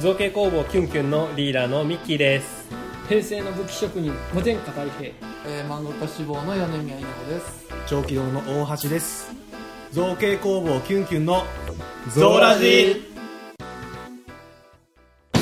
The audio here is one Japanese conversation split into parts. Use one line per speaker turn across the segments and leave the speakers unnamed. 造形工房キュンキュンのリーダーのミッキーです
平成の武器職人御殿下太平
えー、漫画家志望の米宮稲穂です。
長期堂の大橋です造形工房キュンキュンの
ゾーラジ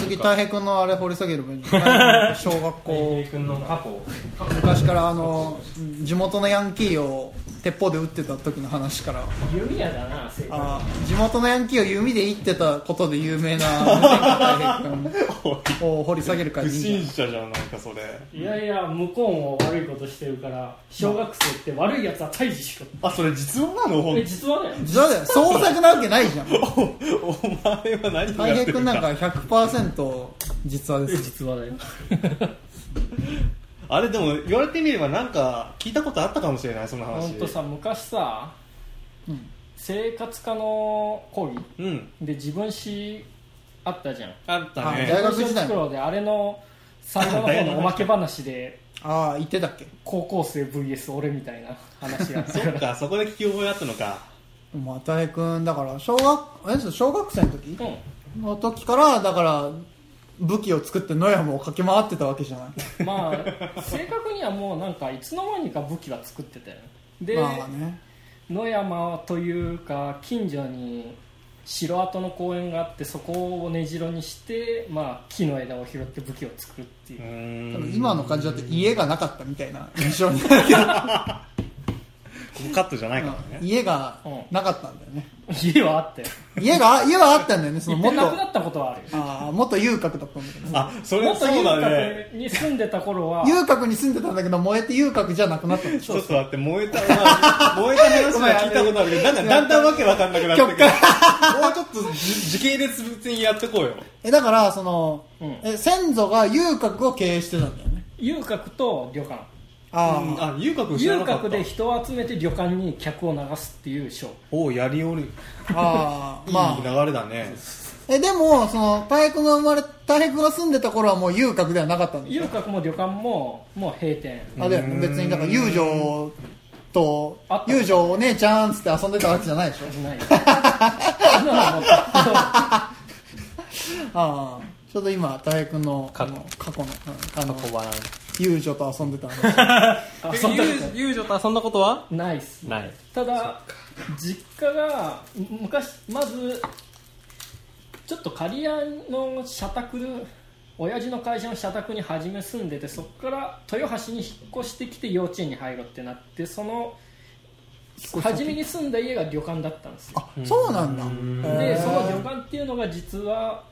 次、大平君のあれ掘り下げればいいの大平君小学校、
君の過去
昔からあの、地元のヤンキーを鉄砲で撃ってた時の話から、
弓矢だな正解
あー地元のヤンキーを弓で撃ってたことで有名な大平君を掘り下げる会
不
でいいんじゃ
審者
ない
じゃんなんかそれ
いやいや向こうも悪いことしてるから小学生って悪いやつは退治しろ
あそれ実話なのほん
え実はね
そうだよ創作なわけないじゃん
おお前は何を
大
やって
平
る
君なんか100%実話です
実話だよ
あれでも言われてみればなんか聞いたことあったかもしれないその話
本当さ昔さ、
うん
生活科の講義
うん
で自分史あったじゃん
あった
はい
ね
大学時代
自分史を作ろうであれの最後の方のおまけ話で
ああ言ってたっけ
高校生 VS 俺みたいな話があった
そっかそこで聞き覚えあったのか
まあ大平君だから小学えそう小学生の時
うん
の時からだから武器を作って野山を駆け回ってたわけじゃない
まあ正確にはもうなんかいつの間にか武器は作ってたよで、
まあね
野山というか近所に城跡の公園があってそこを根城にして、まあ、木の枝を拾って武器を作るっていうう、
ー
多分
ん
今の感じだって家がなかったみたいな印象になるけど、
ここカットじゃないから
うん
ね
家がなかったんだよね
家はあったよ
家が家はあったんだよ ねその
行
も
っ
ってと
なくなったことはあるよ
ああもっと遊郭だったんだけど
あそれ
もっと
そう
遊
だね
郭に住んでた頃は
遊郭に住んでたんだけど燃えて遊郭じゃなくなったんでし
ち
ょ
ょっと待って燃えた、まあ燃えた話は聞いたことあるけどだんだんだんだんわけわかんなくなってくるもうちょっとじ時系列別にやってこうよ
えだからその、
うん
え先祖が遊郭を経営してたんだよね
遊郭と旅館
あ
あ
あ、
遊郭知ら
遊
なかった
郭で人を集めて旅館に客を流すっていうショー
おおやりおるいい
ああまあ
流れだね
えでもその太平君が生まれ太平君が住んでた頃はもう遊郭ではなかったんです
遊
よ
郭も旅館ももう閉店
あで別にだから遊女と
あった
遊女お姉ちゃんっつって遊んでたわけじゃないでしょ
ない そんなのは
ああちょうど今太平君の
過
あ
去
の過去の,、うん、あの
話
遊女と遊んでた話
もうそんなこと
遊女と遊んだことは
ないっす
ない
ただ実家がむ昔まずちょっと刈谷の社宅親父の会社の社宅に初め住んでてそこから豊橋に引っ越してきて幼稚園に入ろうってなってその初めに住んだ家が旅館だったんですよ
あそうなんだへ
で
え
その旅館っていうのが実は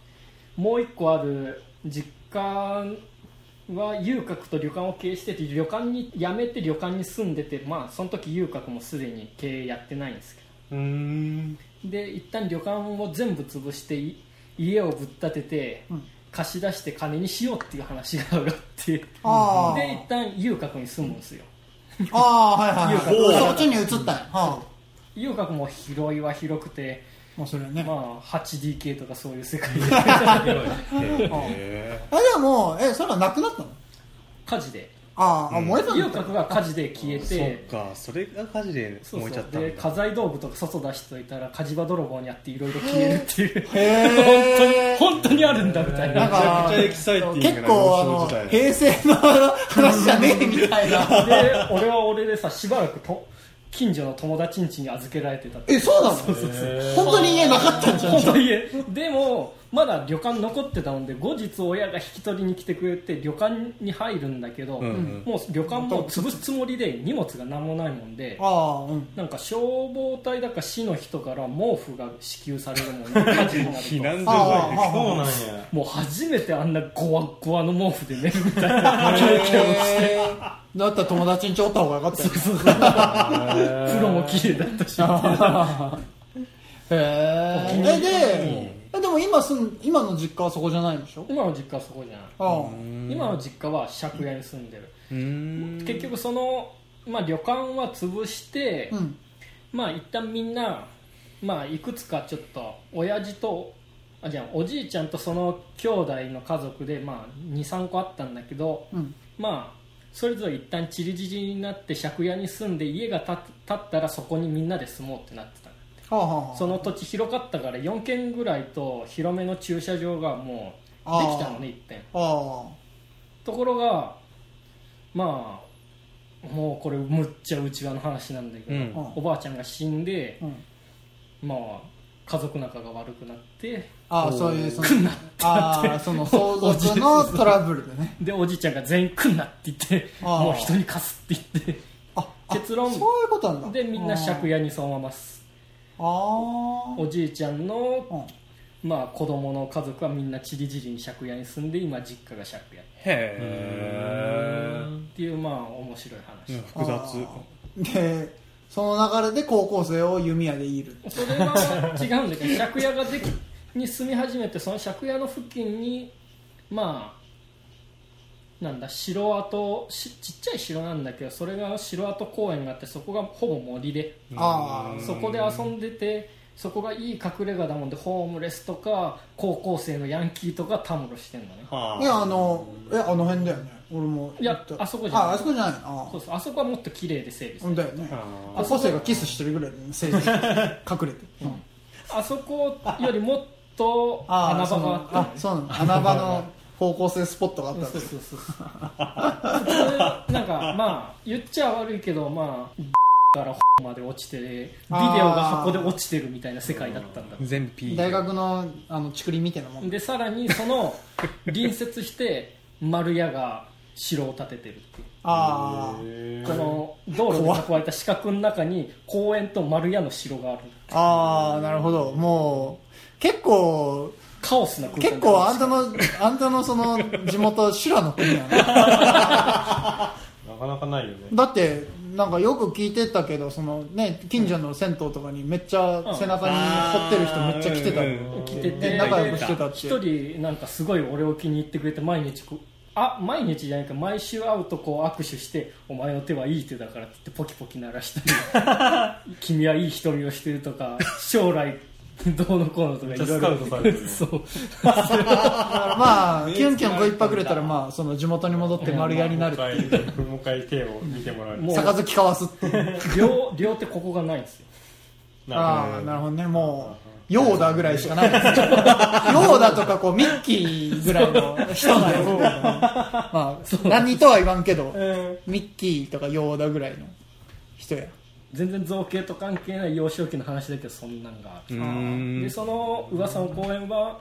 もう一個ある実家は遊郭と旅館を経営してて旅館に辞めて旅館に住んでてまあその時遊郭もすでに経営やってないんですけ
うーん
どで一旦旅館を全部潰してい家をぶっ立てて、
うん
貸し出して金にしようっていう話が上がってで
あー
一旦遊郭に住むんですよ
ああはいはい
遊
はい
郭
そっちに移ったんや、は
遊郭も広いは広くて、
あ、まあそれはね、
まあ、8DK とかそういう世界で
へ
あでもえそれはなくなったの
火事で
あーあ、
うん
燃えたんだ
遊郭が火事で消え
えそ
て
っかそれが火事で
そう
燃えち
そ
ゃっ
う
た
で
ん
家
だ
財道具とか外出しといたら火事場泥棒にあっていろいろ消えるっていう
へえ
本当にあるんだみたい
なん
な
か
めちゃくちゃエキサイティングな
結構あ
幼少
の
時代だ
平成の話じゃねえみたいな
で俺は俺でさしばらくと近所の友達ん家に預けられてたって
えそうなの本当に家なかったんじゃん
本当に家でもまだ旅館残ってたので後日親が引き取りに来てくれて旅館に入るんだけど、
うんうん
もう旅館も潰すつもりで荷物が何もないもんで
ああうん
なんか消防隊だか市の人から毛布が支給されるもんね火事に なると
避難所
あ
だ
ー
よ
あ
なんや
もう初めてあんなゴワゴワの毛布で寝るみたいな
へーだったら友達にちょった方がよかったよね
風呂も綺麗だったし
へええでえでも今住ん今の実家はそこじゃないんでしょ
今の実家はそこじゃ
あ
な
あ
い今の実家は借家に住んでる、
うーん
結局その、まあ、旅館は潰して、
うん
まあ一旦みんな、まあ、いくつかちょっと親父とあじゃあおじいちゃんとその兄弟の家族で、まあ、23個あったんだけど、
うん
まあそれぞれ一旦チリジリになって借家に住んで家が建っ建ったらそこにみんなで住もうってなってた
あはあはあ
その土地広かったから4軒ぐらいと広めの駐車場がもう
あ
で
ー
きたのねいっぺん
あ
ところがまあもうこれむっちゃ内輪の話なんだけど、
うん
あ
おばあちゃんが死んで
う、ん
まあ家族仲が悪くなって
ああそういうそのああその相続のトラブルでね
でおじいちゃんが全員来んなって言って
あー
もう人に貸すって言って
ああ
結論
そういうことなんだ
でみんな借家にそのまます
あー
おじいちゃんの
あーうん
まあ子供の家族はみんなちりじりに借家に住んで今実家が借家
へ
っていうまあ面白い話、
え複雑
でその流れで高校生を弓矢でいる
それは違うんだけど借家ができに住み始めてその借家の付近にまあなんだ城跡しちっちゃい城なんだけどそれが城跡公園があってそこがほぼ森で
あ
そこで遊んでてそこがいい隠れ家だもんでホームレスとか高校生のヤンキーとかたむろしてんだね
あいやあのえあの辺だよね俺も
いや
行った
あそこじゃない
ああそこじゃないあ
そうそうあそこはもっと綺麗で整備さ
あ
れて
だよね
あ
高校生がキスしてるぐらいで、ね、 政治隠れて、うん
あそこよりもっと
あ
穴
あ
場があったのね
そうなのあ そうなの穴場の高校生スポットがあったん
そ
で
う
す
そうそうそう普通なんかまあ言っちゃ悪いけどまあ からまで落ちてビデオが箱で落ちてるみたいな世界だったんだ
全部 P
大学のあの竹林みたいなもん
でさらにその隣接して丸屋が城を建ててるっていう
あ
この道路で囲われた四角の中に公園と丸屋の城がある
あああなるほどもう結構
カオスな空間
結構あんたのあんたのその地元修羅の国やな
なかなかないよね
だってなんかよく聞いてたけどそのね近所の銭湯とかにめっちゃ背中に掘ってる人めっちゃ来てたもん
うん
来てて
で仲良くしてたって
一人なんかすごい俺を気に入ってくれて毎日こうあ毎日じゃないか毎週会うとこう握手して「お前の手はいい手だから」って言ってポキポキ鳴らしたり「君はいい瞳をしてる」とか「将来どうのこうの」とかいろいろ
スカウトされてる
そう
だからまあキュンキュンご一泊くれたらまあその地元に戻って丸屋になるっていう
もう一回手を見てもらう
もう
杯交わすっていう
両両手ここがないんですよ
ああなるほどねもうヨーダぐらいしかないですねヨーダとかこうミッキーぐらいの人なんですけどまあ何とは言わんけどミッキーとかヨーダぐらいの人や
全然造形と関係ない幼少期の話だけどそんなんがある
ん
でその噂の公園は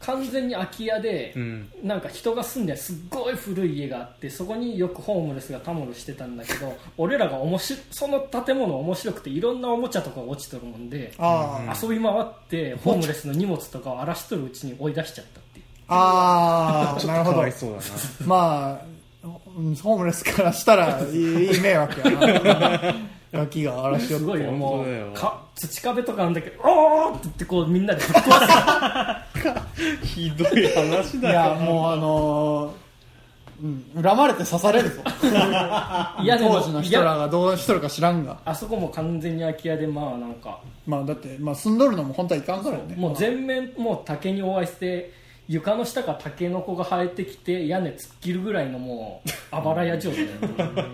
完全に空き家で、
ん
なんか人が住んでるすっごい古い家があってそこによくホームレスがたむろしてたんだけど 俺らがおもしその建物面白くていろんなおもちゃとかが落ちとるもんで
ああ
遊び回ってホームレスの荷物とかを荒らしとるうちに追い出しちゃったっていう
ああなるほ
か
ど
わいそうだな
まあ、うんホームレスからしたらいいいい迷惑やな。ガキが荒らしよっ
すごいよも
本当だ
う
よ
か土壁とかなんだけど「おー!」って言ってこうみんなでぶっ壊す
ひどい話
て。いや、もうあのーうん、恨まれて刺されるぞ。
嫌でも
当時の人らがどうしとるか知らんが。
あそこも完全に空き家でまあなんか
まあだって、まあ住んどるのも本当はいかんからね。
もう全面もう竹に覆われて床の下からタケノコが生えてきて屋根突っ切るぐらいの もうあばら屋状態だよね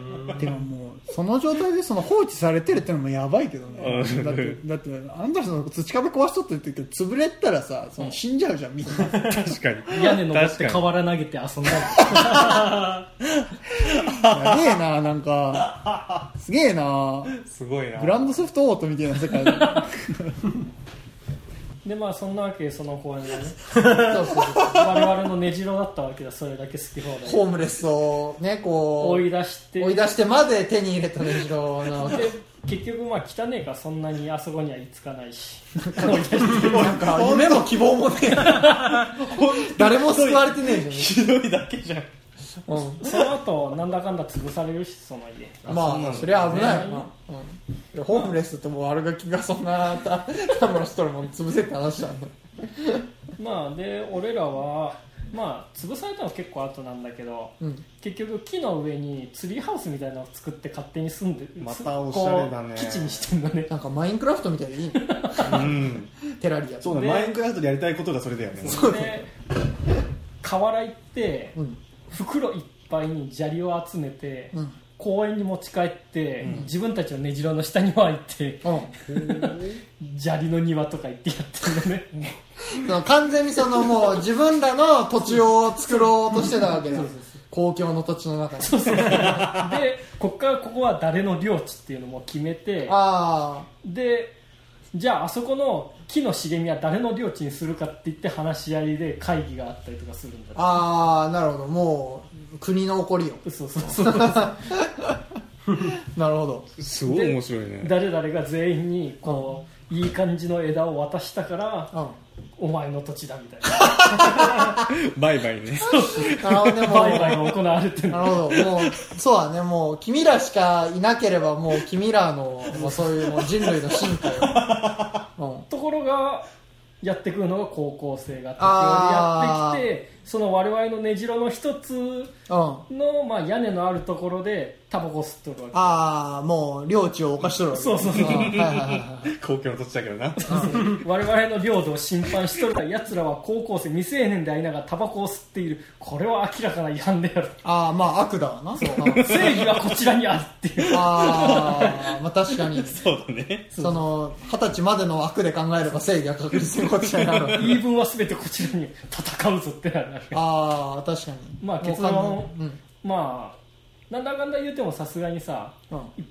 でももう、その状態でその放置されてるってのもやばいけどね。だって、だって、あんたらその土壁壊しとって言ってるけど、潰れたらさ、その死んじゃうじゃん、みんな。
確かに
屋根登っ
確か
て
に
瓦投げて遊んだ
やべえ な、なんか。すげえな。
すごいな
グランドソフトオートみたいな世 界だね
りでまあそんなわけでその公園がね
そうそうそう
我々の根城だったわけだそれだけ好き放題
ホームレスをねこう
追い出して
追い出してまで手に入れたねじろ うの
で結局まあ汚ねえからそんなにあそこにはいつかないし
なんか夢も希望もね誰も救われてねえじ
ひどいだけじゃん
ゃん、うん
その後なんだかんだ潰されるしその家
まあそりゃ危ないよな、うん、ホームレスってもう悪ガキがそんなた たむろしとるもん潰せって話なんだ
まあで俺らはまあ潰されたのは結構後なんだけど、
うん
結局木の上にツリーハウスみたいなのを作って勝手に住んで
またおしゃれだ
こう
ね
基地にしてんだ ね
なんかマインクラフトみたいでいいね
うん
テラリア
そう
だ
だ
ねマ
マ
イ
インクラフトでやりたいことがそれだよね
で河原行って
うん
袋いっぱいに砂利を集めて、
うん
公園に持ち帰って、自分たちの根城の下にはいて砂利の庭とか行ってやってるのね
その完全にそのもう自分らの土地を作ろうとしてたわけだ公共の土地の中に
でこっからここは誰の領地っていうのも決めて
あ
でじゃああそこの木の茂みは誰の領地にするかって言って話し合いで会議があったりとかするんだ
あああなるほどもう国の怒りよ
そうそうそう
なるほど
すごい面白いね
誰々が全員にこういい感じの枝を渡したから
うん
お前の土地だみたい
バイバイね
なるほどね
な
もう
売買が行われてる
なるほどもうそうだねもう君らしかいなければもう君らのもうそういうもう人類の進化よ、
ところがやってくるのが高校生が
あ
時折
ー
やってきてその我々の根城の一つ
うんうん、
の、まあ、屋根のあるところでタバコ吸っとるわけ
ああもう領地を犯しとるわけ
そうそうそう
あーはいはいはいはい
公共の土地だけどな
我々の領土を侵犯しとるから奴らは高校生未成年でありながらタバコを吸っているこれは明らかな違反である
ああまあ悪だわなうん
正義はこちらにあるっていう
ああまあ確かに
そうだね
その二十歳までの悪で考えれば正義は確実にこっちになる
言い分は全てこちらに戦うぞってなるわけ
ああ確かに
まあ
もう
結論
完全に
まあなんだかんだ言うてもさすがにさ
うんうん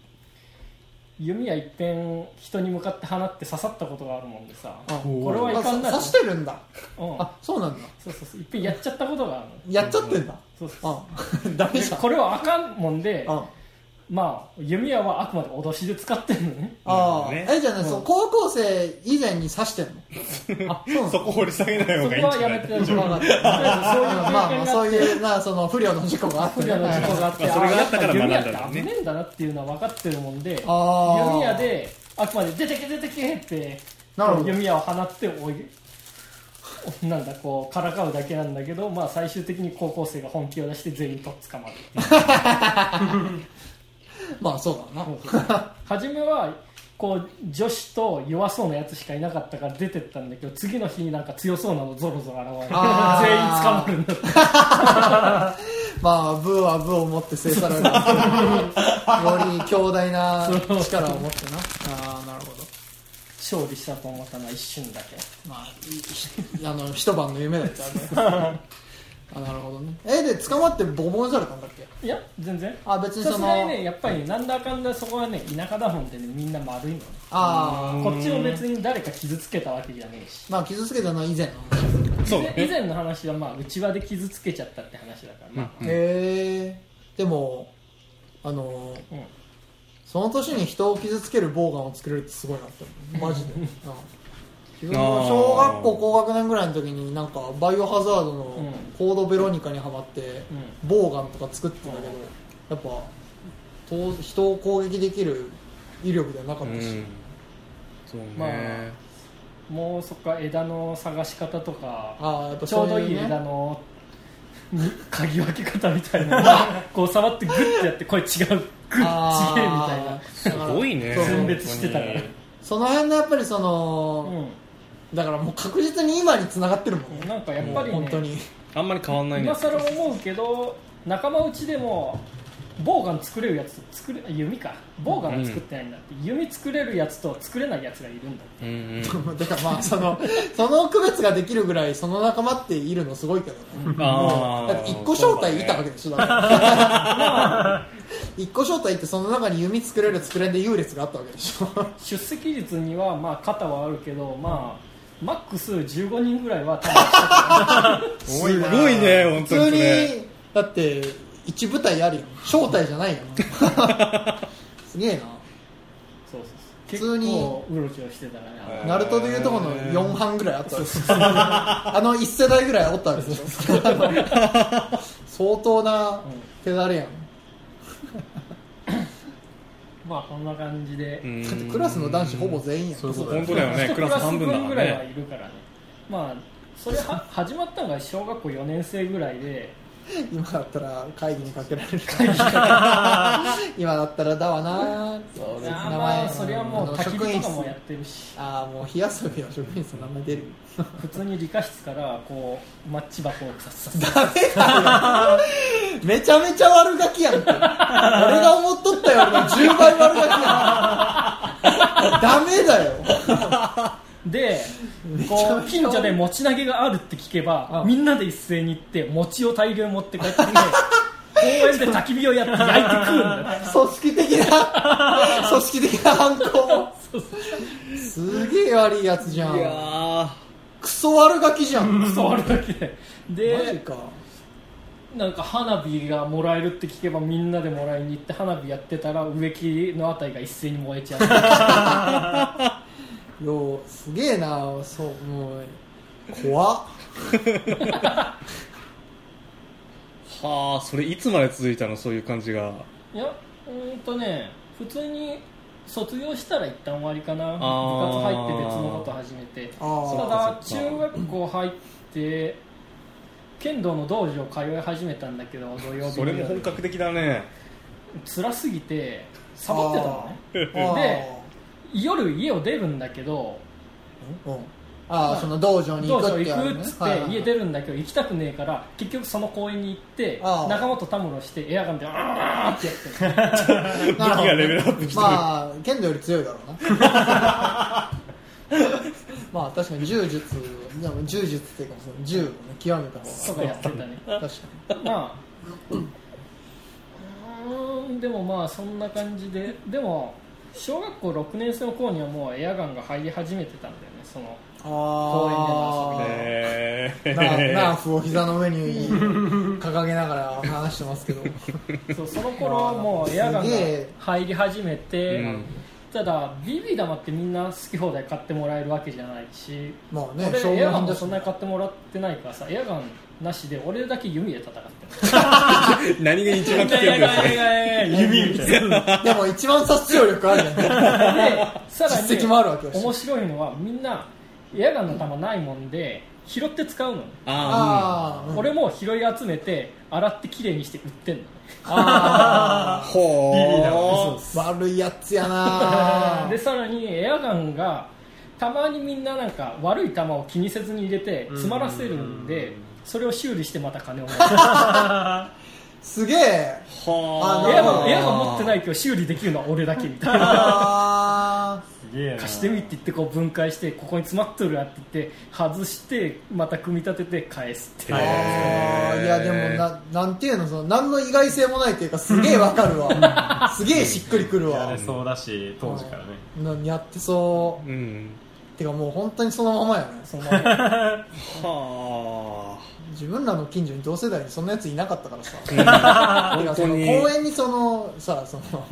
弓矢一遍人に向かって放って刺さったことがあるもんでさ
あ
これはい
あ
かんな
さ
と
刺してるんだ
うん
あそうなんだ
そうそうそう一遍やっちゃったことがあるの
やっちゃってんだ
そうそう
うん ダメ
で
じゃん
これはあかんもんで
うん
まあ弓矢はあくまで脅しで使ってるのね
ああ、
ね
えじゃあね、そう高校生以前に刺してん のあそうなん
そ
だ
こ掘り下げない
そこ
方がいいん
は
じ
や
ゃ
め
ない
てたでしょ
分か
ま
った
あそういう経
まあま
験があ
あそう
って
いうなその不良の事故があって
不良の事故があって
まあそれがあったから学んだ
や
ん
っ
だ
ぱ弓矢って
ろうね
危ねえんだなっていうのは分かってるもんで
あー
弓矢であくまで出てけ出てけって
なるほど
弓矢を放っておいおなんだこうからかうだけなんだけど、まあ、最終的に高校生が本気を出して全員とっ捕まる
まあそうだな、
初めはこう女子と弱そうなやつしかいなかったから出てったんだけど次の日になんか強そうなのぞろぞろ現
あー
れて全員捕まるんだって
まあブーはブーを持って制されるよ り強大な力を持ってなああなるほど
勝利したと思ったのは一瞬だけ
まあい いあの一晩の夢だったね あなるほどねえで捕まってボコボコにされたんだっけ
いや全然
あ別に
さ
そ
す
の
がにねやっぱりなんだかんだそこはね田舎だもんでねみんな丸いのね
あ
こっちも別に誰か傷つけたわけじゃねえし
あまあ傷つけたのは以前の話
そうだ
で以
ね
前の話はまあ内輪で傷つけちゃったって話だから、まあ
へえでもあのー
うん
その年に人を傷つけるボーガンを作れるってすごいなって思う マジで、うん自分
あ
も
ー
小学校高学年ぐらいの時になんかバイオハザード
うん
のコードベロニカにハマってボーガンとか作ってたけどやっぱと人を攻撃できる威力ではなか
う
ったし、
んそう
まあ
ね
もうそっか枝の探し方とか
ああやっぱ
ちょ
そう
ど
う
い
い、
いう枝
ね、
のに嗅ぎ分け方みたい なこう触ってグッてやってこれ違うグッ
あ
ちげ
ー
えみたいな
すごいね
そう
分別してたから
本
その辺のやっぱりその、
う
だからもう確実に今に繋がってるもん
ん
ね
なんかやっぱり
本当
ね
に
当にあんまり変わんないね
今更思うけど仲間内でもボウガン作れるやつと作れあ弓かボウガンは作ってないんだって、弓作れるやつと作れないやつがいるんだって
うんうん
だからまあそのその区別ができるぐらいその仲間っているのすごいけどね
あー
だって一個招待いたわけでしょだから 一個招待いってその中に弓作れる作れんで優劣があったわけでしょ
出席率にはまあ肩はあるけどまあマックス15人ぐらい は多分
すごいね本
普
当
通
にそれ
にだって一部隊あるよ招待じ ゃないよすげえ
そうそう
普
そう
通に
結構うろちょろしてたからね
なナルトでいうとこの4班ぐらいあったわけでしょ あの1世代ぐらいおったわけでしょ相当な手だれやん
まあこんな感じで、
うん
だってクラスの男子ほぼ全員やん
そういうことだよ
本当だよねクラス半分
ク
だ
ラス分ぐ
から
らいは
ね
いるからねまあそれは始まったのが小学校4年生ぐらいで
今だったら会議にかけられる今だったらだわなそうです
あーまあそれはもう
あの
焚き
職
火
員
と
室
かもやってるし
ああもう火遊びは職員室の名前出る
普通に理科室からこうマッチ箱をさささ
ダメだよめちゃめちゃ悪ガキやんけ俺が思っとったよりも10倍悪ガキやんダメだよ
で
めちゃ
こ
めち
う
ゃ
近所で餅投げがあるって聞けばみんなで一斉に行って餅を大量に持って帰 ってきて公園で焚き火をやって焼いて食うんだよ
組織的な組織的な犯行すげえ悪いやつじゃ
いや
ん
ー
クソ悪ガキじゃん
そうあるだけで
マジ
で
か
なんか花火がもらえるって聞けばみんなでもらいに行って花火やってたら植木のあたりが一斉に燃えちゃう
ようすげえなそうもう怖っ
はあそれいつまで続いたのそういう感じが
いやうーんとね普通に卒業したら一旦終わりかな部活
ー
入って別のこと始めて
あー
ただ
そっか
中学校入って剣道の道場通い始めたんだけど土曜日
それも本格的だね
辛すぎてサボってたのね
で
夜家を出るんだけど
ああその道場に行
道
く
場
ってや
行
る
く
ね
っつっ
はいはい
て家出るんだけど行きたくねえから結局その公園に行って
あー
仲間とたむろしてエアガンであーってやってる
武器がレベルアップしてる、
まあ剣道より強いだろうな まあ確かに柔術でも柔術っていうかその銃をね極めた
と
方
かやってたね
が確か
まあ、うーん、でもまあそんな感じで、でも小学校6年生の頃にはもうエアガンが入り始めてたんだよね、その
にああ
え
ナーナーフを膝の上に掲げながら話してますけ ど
そうその頃もうエアガン
す
が
げえ
入り始めて、
うん
ただ、ビビ玉ってみんな好き放題買ってもらえるわけじゃないし、
まあね
俺
商
エ
業
アガン
品
も
だし
そんなに買ってもらってないからさ、エアガンなしで俺だけ弓で戦って
ー、 何が一番
た
危険です ね
弓みたいな。
でも一番殺傷力あるじゃん
でさらに
実績もあるわけだし
面白いのはみんなエアガンの弾ないもんで拾って使うの、
あ
あーうん
俺も拾い集めて洗ってきれいにして売ってんの、
あ
あ
ほー
ー悪いやつやな
でさらにエアガンがたまにみんななんか悪い弾を気にせずに入れて詰まらせるんでそれを修理してまた金をもらう
すげえ
は
あ
エアガン
ー
エアガン持ってないけど修理できるのは俺だけみたいな
あ
すげえな
貸してみって言ってこう分解してここに詰まっとるやって言って外してまた組み立てて返すっていう
ー
へ
あ
ー
ーいやでもななんていうのその何の意外性もないっていうかすげえわかるわすげえしっくりくる
や
わ
れそうだし当時からね
なやってそ
うん
うてかもう本当にそのままやね
そのまま
は
自分らの近所に同世代にそんなやついなかったからさ
あ、
てか
本
そ
当
の公
に
園にそのさ その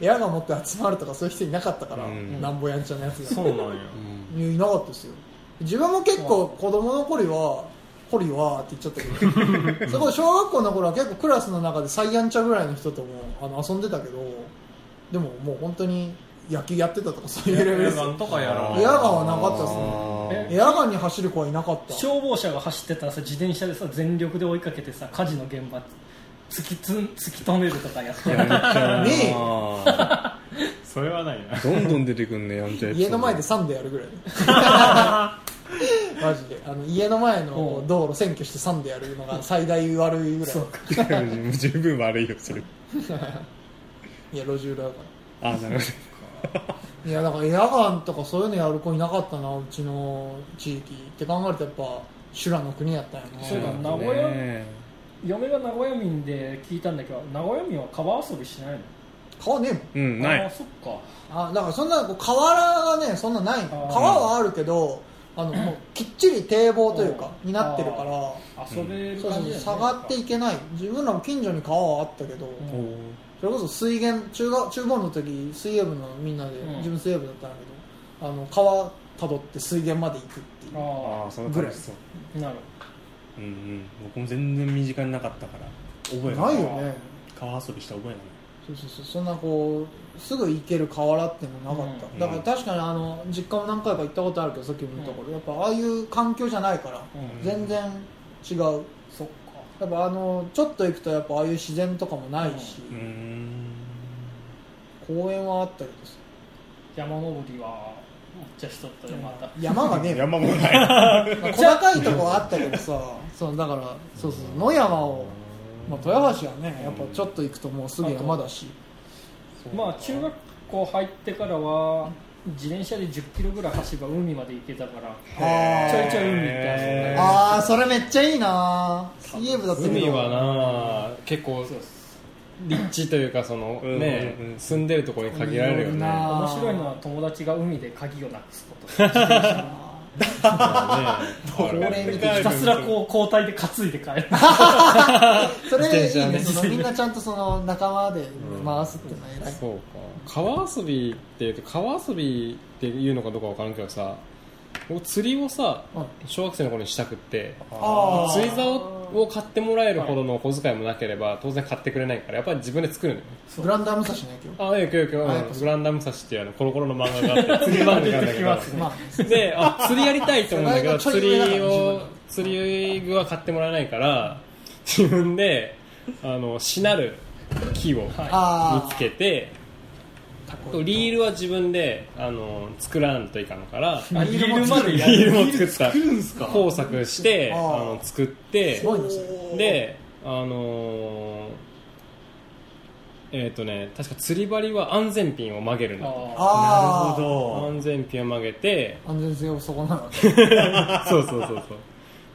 エアガン持って集まるとかそういう人いなかったから、
うん
なんぼやんちゃなやつが
そうなんや
うん
いやいなかったですよ自分も結構子供の頃は「コリは」って言っちゃった けどすごい小学校の頃は結構クラスの中で最やんちゃぐらいの人ともあの遊んでたけどでももう本当に野球やってたとかそういうレベル ですよ
とか
エアガンはなかったですね
あ
エアガンに走る子はいなかった
消防車が走ってたらさ自転車でさ全力で追いかけてさ火事の現場突きつん突き止めるとかやってる
ー
ねえ
あ
それはないな
ーどんどん出てくんねやんちゃエピソード
家の前でサンデー やるぐらいマジであの家の前の道路占拠してサンデーやるのが最大悪いぐらい
そう
いやもう十分悪いよそれ
いや路地裏だか
あなるほ
らいやだからエアガンとかそういうのやる子いなかったなうちの地域って考えるとやっぱ修羅の国やったんやな
ど
そうだ名古屋嫁が名古屋民で聞いたんだけど名古屋民は川遊びしないの
川ねえもん
うんな
あー
い
そっか
あだからそんなこう河原がねそんなないの
あー
川はあるけどあのもうきっちり堤防というか
うん
になってるから
遊べる
そうそ
感じ
う
だよね
下がっていけない自分らも近所に川はあったけど、
ん
おー
それこそ水源中学中高の時水泳部のみんなで、
うん
自分水泳部だったんだけどあの川たどって水源まで行くっていう
あ
ああそんな楽しそう
あなる
うんうん僕も全然身近になかったから覚えが
ないよね
川遊びした覚えがない
そうそうそうそんなこうすぐ行ける河原っていうのなかった、
うん
だから確かにあの実家も何回か行ったことあるけどさっきも言った頃、やっぱああいう環境じゃないから、
うん
全然違う
そっか
やっぱあのちょっと行くとやっぱああいう自然とかもないし、
うーん
公園はあったりでする
山登りはめっちゃしとったよまた、
山がねえよ
山もない
まあ細かいとこはあったけどさそうだからそうそう 野山を、まあ、豊橋はねやっぱちょっと行くともうすぐ山だし
まあ中学校入ってからは自転車で1 0キロぐらい走れば海まで行けたから
あ
ちょいちょい海行って遊んだ
へ
り
ー
あーそれめっちゃいいな水泳部だったけど
海はな結構
そうです
立地というかその
うん
ね
うんうん
住んでるところに限られるよ
海
ね
よな
面白いのは友達が海で鍵をなくすこと
あ
そうだね
俺見
ひ
てき
たすらこう交代で担いで帰る
ーそれい
自転
いね
車ね
そのみんなちゃんとその仲間で回すっていうのは偉い
そうか川遊びっていうと川遊びっていうのかどうかわからんけどさ僕釣りをさ
うん
小学生の頃にしたくって
あー
釣り竿を買ってもらえるほどのお小遣いもなければ当然買ってくれないからやっぱり自分で作るのよ
ブランダー武蔵ね今
ああいやいやいや
あやっぱ
グランダムサシっていうあのコロコロの漫 画があって釣り漫画があるんだけど
日まあ
であ釣りやりたいと思うんだけ
世代が
ど
ちょ
釣
い上だから
りを釣り具は買ってもらえないから 自分であのしなる木を見
あー
つけてとリールは自分であの作らんといかん から
あリールまでや
リー
る
ルも作った
るんすか
工作して
あ
あ
ー
の作って
すごいですね
であのーえっ、とね確か釣り針は安全ピンを曲げるんだ
あ
ああ
ど
安全ピンを曲げて
安全性を損なわ
そうそうそうそう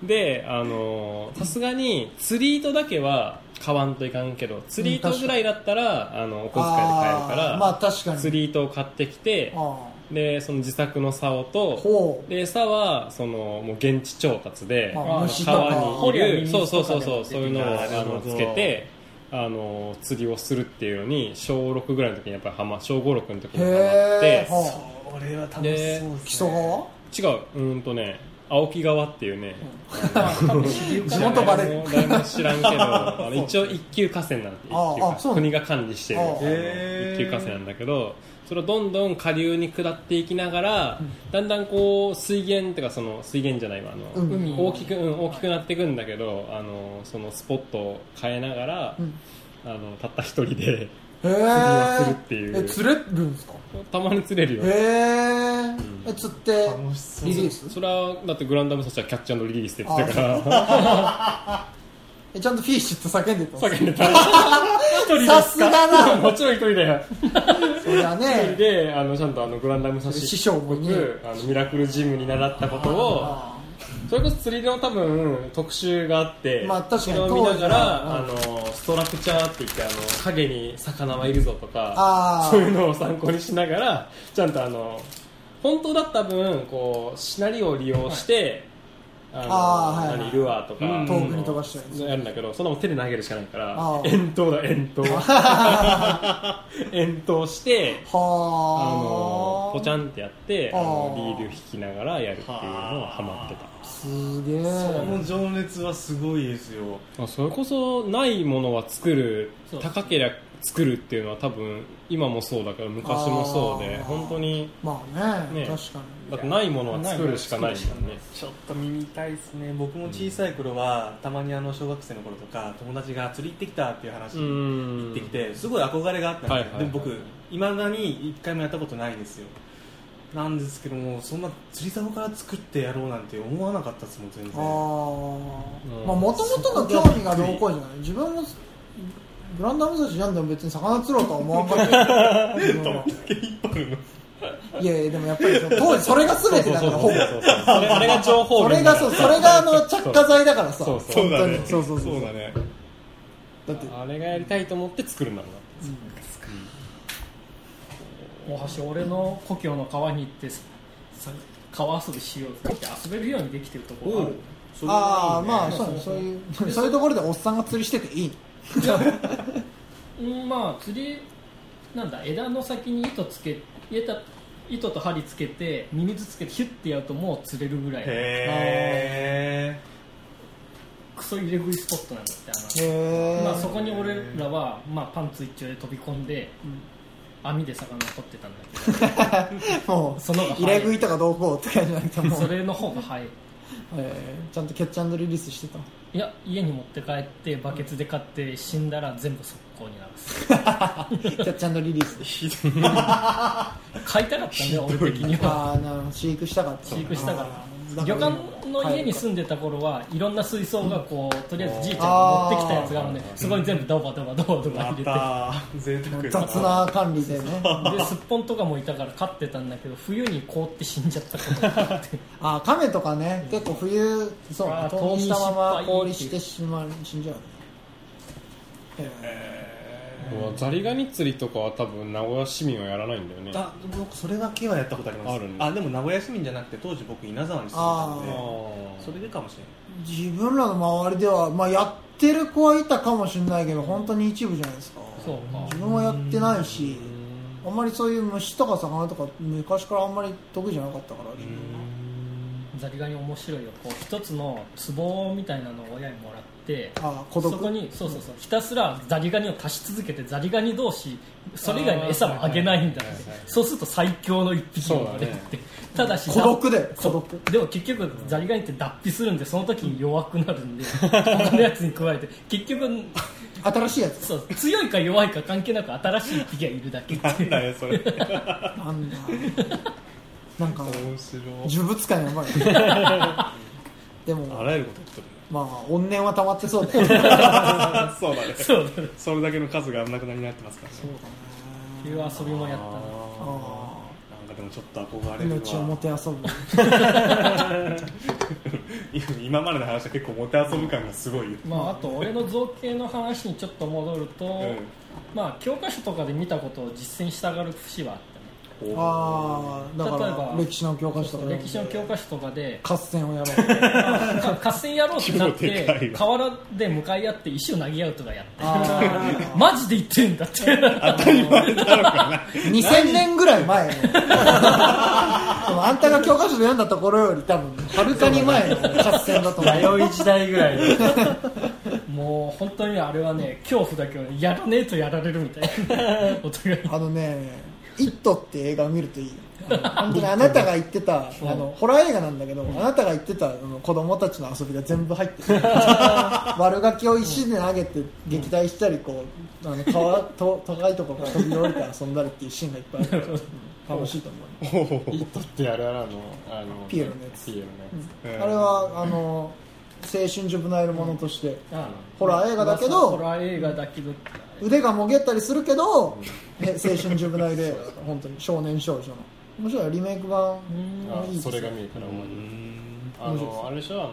であのーさすがに釣り糸だけは買わんといかんけど釣り糸ぐらいだったらあのお小遣いで買えるか
あ
ら、
ーまあ確かに
釣り糸を買ってきて
あ
でその自作の竿
あ
と
ほう
で餌はそのもう現地調達で
あ
あの
虫とか
川にい
捕
るそ
虜
う
に
そうそうそう
水
そう
とか
いうのを
な
あ
る
の
ほど
つけてあの釣りをするっていうのに小6ぐらいの時にやっぱりハマ小56の時にハマっ
へえ
て
これは楽
で
基礎川
違ううーんとね青木川っていうね、
地元バレ
誰
る
も誰も知らん けどあの一応一級河川なんて一級
ああ
河
あそう
川国が管理してる
ああ
へ
一
え
級河川なんだけどそれをどんどん下流に下っていきながら、だんだんこう水源っていうかその水源じゃないわあの、
うん
海
大きく、うん、大きくなっていくんだけどあのそのスポットを変えながら、
うん
あのたった一人で
へえ
はするっていう
え釣れるんですか
たまに釣れるよ
へええ釣って
楽しそう
リリース
それはだってグランダムサッチはキャッチリリースって言ってたから
えちゃんとフィッシュって叫んでたんですか
叫ん でた
さすがだ
もちろん一人だよ
そりゃ
一人
ね
であのちゃんとあのグランダムサシ
師匠もね
あのミラクルジムに習ったことを
あ
それこそ釣りの多分特集があって、
まあ確かに
それを見ながらあ
当
のストラクチャーって言ってあの影に魚はいるぞと
あー
かそういうのを参考にしながらちゃんとあの本当だった分こうしなりを利用して、あの
あーはいはい
何ルアーとか、
うん
遠くに飛ばしたり
やるんだけどそんなもん手で投げるしかないから
あー
遠投だ遠 投遠投してあの
は
ポチャンってやってあ
あ
の
ー
リール引きながらやるっていうのをハマって
あ
た
すげえ
この情熱はすごいですよ
あそれこそないものは作る
そう
高けりゃ作るっていうのは多分今もそうだけど昔もそうで
あー
本当に
まあね
ね
確かに
だってないものは作るしかないもんね
ちょっと耳痛いですね僕も小さい頃はたまにあの小学生の頃とか友達が釣り行ってきたっていう話
う
行
ん
ってきてすごい憧れがあったんですよ、
はいはいはい
でも僕いまだに一回もやったことないんですよなんですけどもそんな釣り竿から作ってやろうなんて思わなかったですもん全
あ
然
あ
うん
まあもともとの興味が濃厚じゃない自分もグランダムサシやんでも別に魚釣ろうとは思わんかったけどいやいやでもやっぱりその当時それが全てだからほ
そう
ぼ
そうそうそうそれそれが情報
それがそうそれがあの着火剤だからさ
そうそ
本
う
当にそうそうそう
だね
だって
あれがやりたいと思って作るんだもんな
大橋俺の故郷の川に行ってさ川遊びしようって遊べるようにできてるところがある
ああまあそうねそういうそういうところでおっさんが釣りしてていい
うんまあ釣りなんだ枝の先に糸つけ枝糸と針つけてミミズつけてヒュッてやるともう釣れるぐらいの
へえ
クソ入れ食いスポットなんだってあの
へえ
まあ、そこに俺らは、まあ、パンツ一丁で飛び込んで、網で魚を取ってたんだけ
もう
その方が
入れ食いとかどうこうとかじゃなくて
ど
も
そうれの方が早い
えーちゃんとキャッチアンドリリース してた
いや家に持って帰ってバケツで買って死んだら全部速攻に流す
キャッチアンドリリースでし
買いたかったんだよ俺的には
ああなるほど飼育したかった
飼育したか
あ
ら
ー
旅館の家に住んでた頃はいろんな水槽がこうとりあえずじいちゃんが持ってきたやつがあるのでそこに全部ドバドバドバドバ入れて
た贅沢だ
雑な管理 でね
ですっぽんとかもいたから飼ってたんだけど冬に凍って死んじゃったことがあって
あカメとかね結構冬そう
あー
冬眠したまま
冬
氷
眠
し
失敗
てしまう死んじゃうねえ
うわザリガニ釣りとかは多分名古屋市民はやらないんだよね
あ
あ
僕それだけはやったことあります
あるんだ
あでも名古屋市民じゃなくて当時僕稲沢に住んで
あ
たんでそ
ー
れでかもしれない
ー自分らの周りでは、まあ、やってる子はいたかもしれないけど本当に一部じゃないですか
そうか
自分はやってないしあんまりそういう虫とか魚とか昔からあんまり得意じゃなかったから自分は
ザリガニ面白いよこう一つの壺みたいなのを親にもらって
あー孤
そ
独
こにそうそうそうひたすらザリガニを足し続けてザリガニ同士それ以外の餌もあげないんだってそうすると最強の一匹になれるって、ただし
孤独だよ
そう
孤独
でも結局ザリガニって脱皮するんでその時に弱くなるんで 他のやつに加えて結局
新しいやつ
そう強いか弱いか関係なく新しい一匹がいるだけ っていう
よそれ
なんだなんか
面白
呪物感 やばいでも
あらゆることやってる
まあ怨念は溜まってそうだよね
あ そうだね
そうだね
それだけの数がなくなりになってますからね
っていう遊びもやったな
あ
あ
ーなんかでもちょっと憧
ー
れる
命をも
わ
てあそぶ
今までの話は結構もて遊ぶ感がすごいよ
まあ、あと俺の造形の話にちょっと戻ると、まあ、教科書とかで見たことを実践したがる節はあっ
うん
ああだ
例
か
え
ら
ば
歴史の教
たねそ
科書とか
う
で
歴史の教科書とかで
合戦をやろう
か合戦やろうって なっ
規模でかい
て
わ
河原で向かい合って石を投げ合うとかやって
あ
マジで言ってんだって
ー2000年ぐらい 前のでもあんたが教科書で読んだところより多分はるかに前の合戦だと思う
弥生時代ぐらいの
もう本当にあれはね恐怖だけどやらねえとやられるみたいなお互い
あのね「イット!」って映画を見るといいよあの本当にあなたが言ってたあのホラー映画なんだけど、あなたが言ってたあの子供たちの遊びが全部入ってる 悪ガキを石で投げて撃退したりこうあの川と都会とかから飛び降りて遊んだりっていうシーンがいっぱいある楽しいと思う
おー
いいとってやるあのあの
ピエロのやつ
ピエロのや
うん
あれはあの青春ジョブナイルものとして、
あ
ホラー映画だけ
そうホ
ど
ラー映画だけど
腕がもげったりするけど、ね、青春ジョブナイル映画だから本当に少年少女の面白いよリメイク版いい
つ
で
あ
す
そ
よ
れが見えたら終わ
う
り
ん
あ
面白いです
のあれでしょあの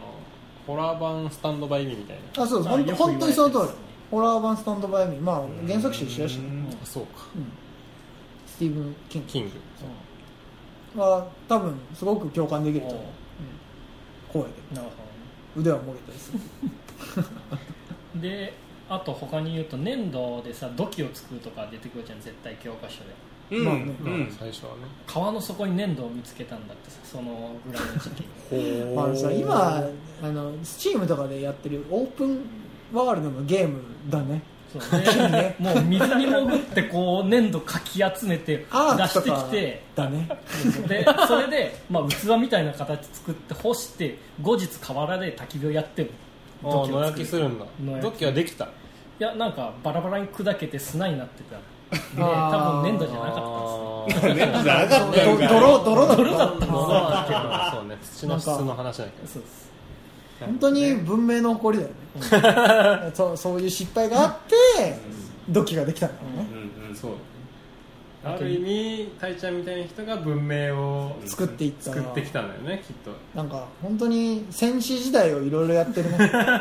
ホラー版スタンドバイミーみたいな
あそうです
まあ
本当
よく言わ
本
れて
当に
る
その通りホラー版スタンドバイミーまあ原作者一緒だしね、
あそうか
スティーブン・キン
キング
グは多分すごく共感できると思う声で
なるほ
腕はもげたりする
どであと他に言うと粘土でさ土器を作るとか出てくるじゃん絶対教科書で
うん
まあね
うん
最初はね
川の底に粘土を見つけたんだってさそのぐらいの時期に
まあさ今あのスチームとかでやってるオープンワールドのゲームだね
そうねもう水に潜ってこう粘土かき集めて出
アー
し
ク
て
と
き
か
て
だね
でそれで、まあ、器みたいな形作って干して後日河原で焚き火をやってる
あー野焼
作
きするんだ
野焼き
土器はできた
いやなんかバラバラに砕けて砂になってたで
あー
多分粘土じゃなかっ
あ
じゃなかった
ど
んかい
泥泥だ泥だ
ーそうだけどそうね土の質の話だけ
たんですそうです
本当に文明の誇りだよ ね、そうそういう失敗があって、土器ができたんだろうね、
うんうん
どそうある意味たいちゃんみたいな人が文明を
作っていった
作ってきたんだよねきっと
なんか本当に戦士時代をいろいろやってるね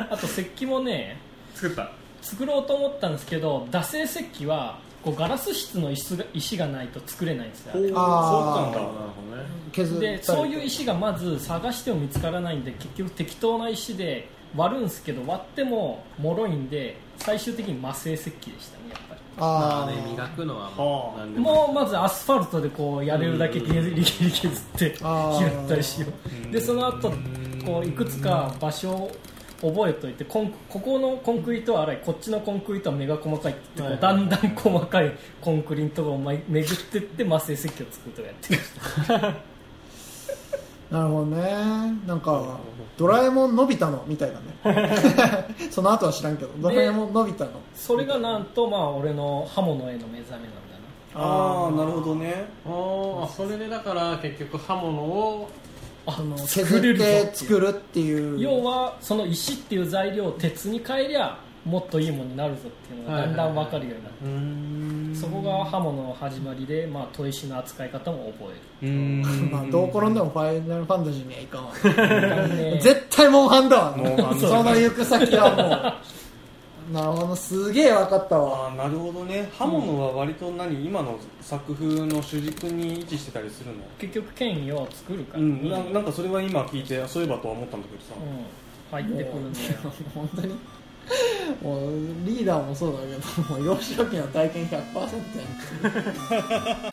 あと石器もね
作った
作ろうと思ったんですけど惰性石器はこうガラス質の石が石がないと作れないんですよあれ
あー
そうなんだ
なるほどね
削ったり
でそういう石がまず探しても見つからないんで結局適当な石で割るんですけど割っても脆いんで最終的に魔性石器でしたねやっぱり
まあ
あ
ね
ー
磨くのは
はあ
何で
もうまずアスファルトでこうやれるだけ
うん
ギリギリ削って拾
あー
ったりしようでその後こういくつか場所を覚えといてこんここのコンクリートは粗いこっちのコンクリートは目が細かいって言ってこうだんだん細かいコンクリートを巡ってって魔性石器を作るとかやってました
なるほどねなんか「ドラえもんのび太の」みたいだ ねその後は知らんけど「ドラえもんのび太の
それがなんとまあ俺の刃物への目覚めなんだな」
ああなるほどね
ああそれでだから結局刃物を
その削
作れ
っ
るぞっていう
て作るっていう
要はその石っていう材料を鉄に変えりゃもっといいものになるぞっていうのがだんだん分かるようになって、そこが刃物の始まりで、まあ、砥石の扱い方も覚
うーん
まあ、どう転んでも「ファイナルファンタジー」にはいかんわ
える、
絶対モンハンだわ
モンハンだ
その行く先はもうなるほどすげえ分かったわ
ああなるほどね刃物は割と何、今の作風の主軸に位置してたりするの
結局権威を作るか
う
ら、
んななんかそれは今聞いてそういえばとは思ったんだけどさ、
うん入ってくるんだよ
本当にもうリーダーもそうだけどもう幼少期の体験100%やん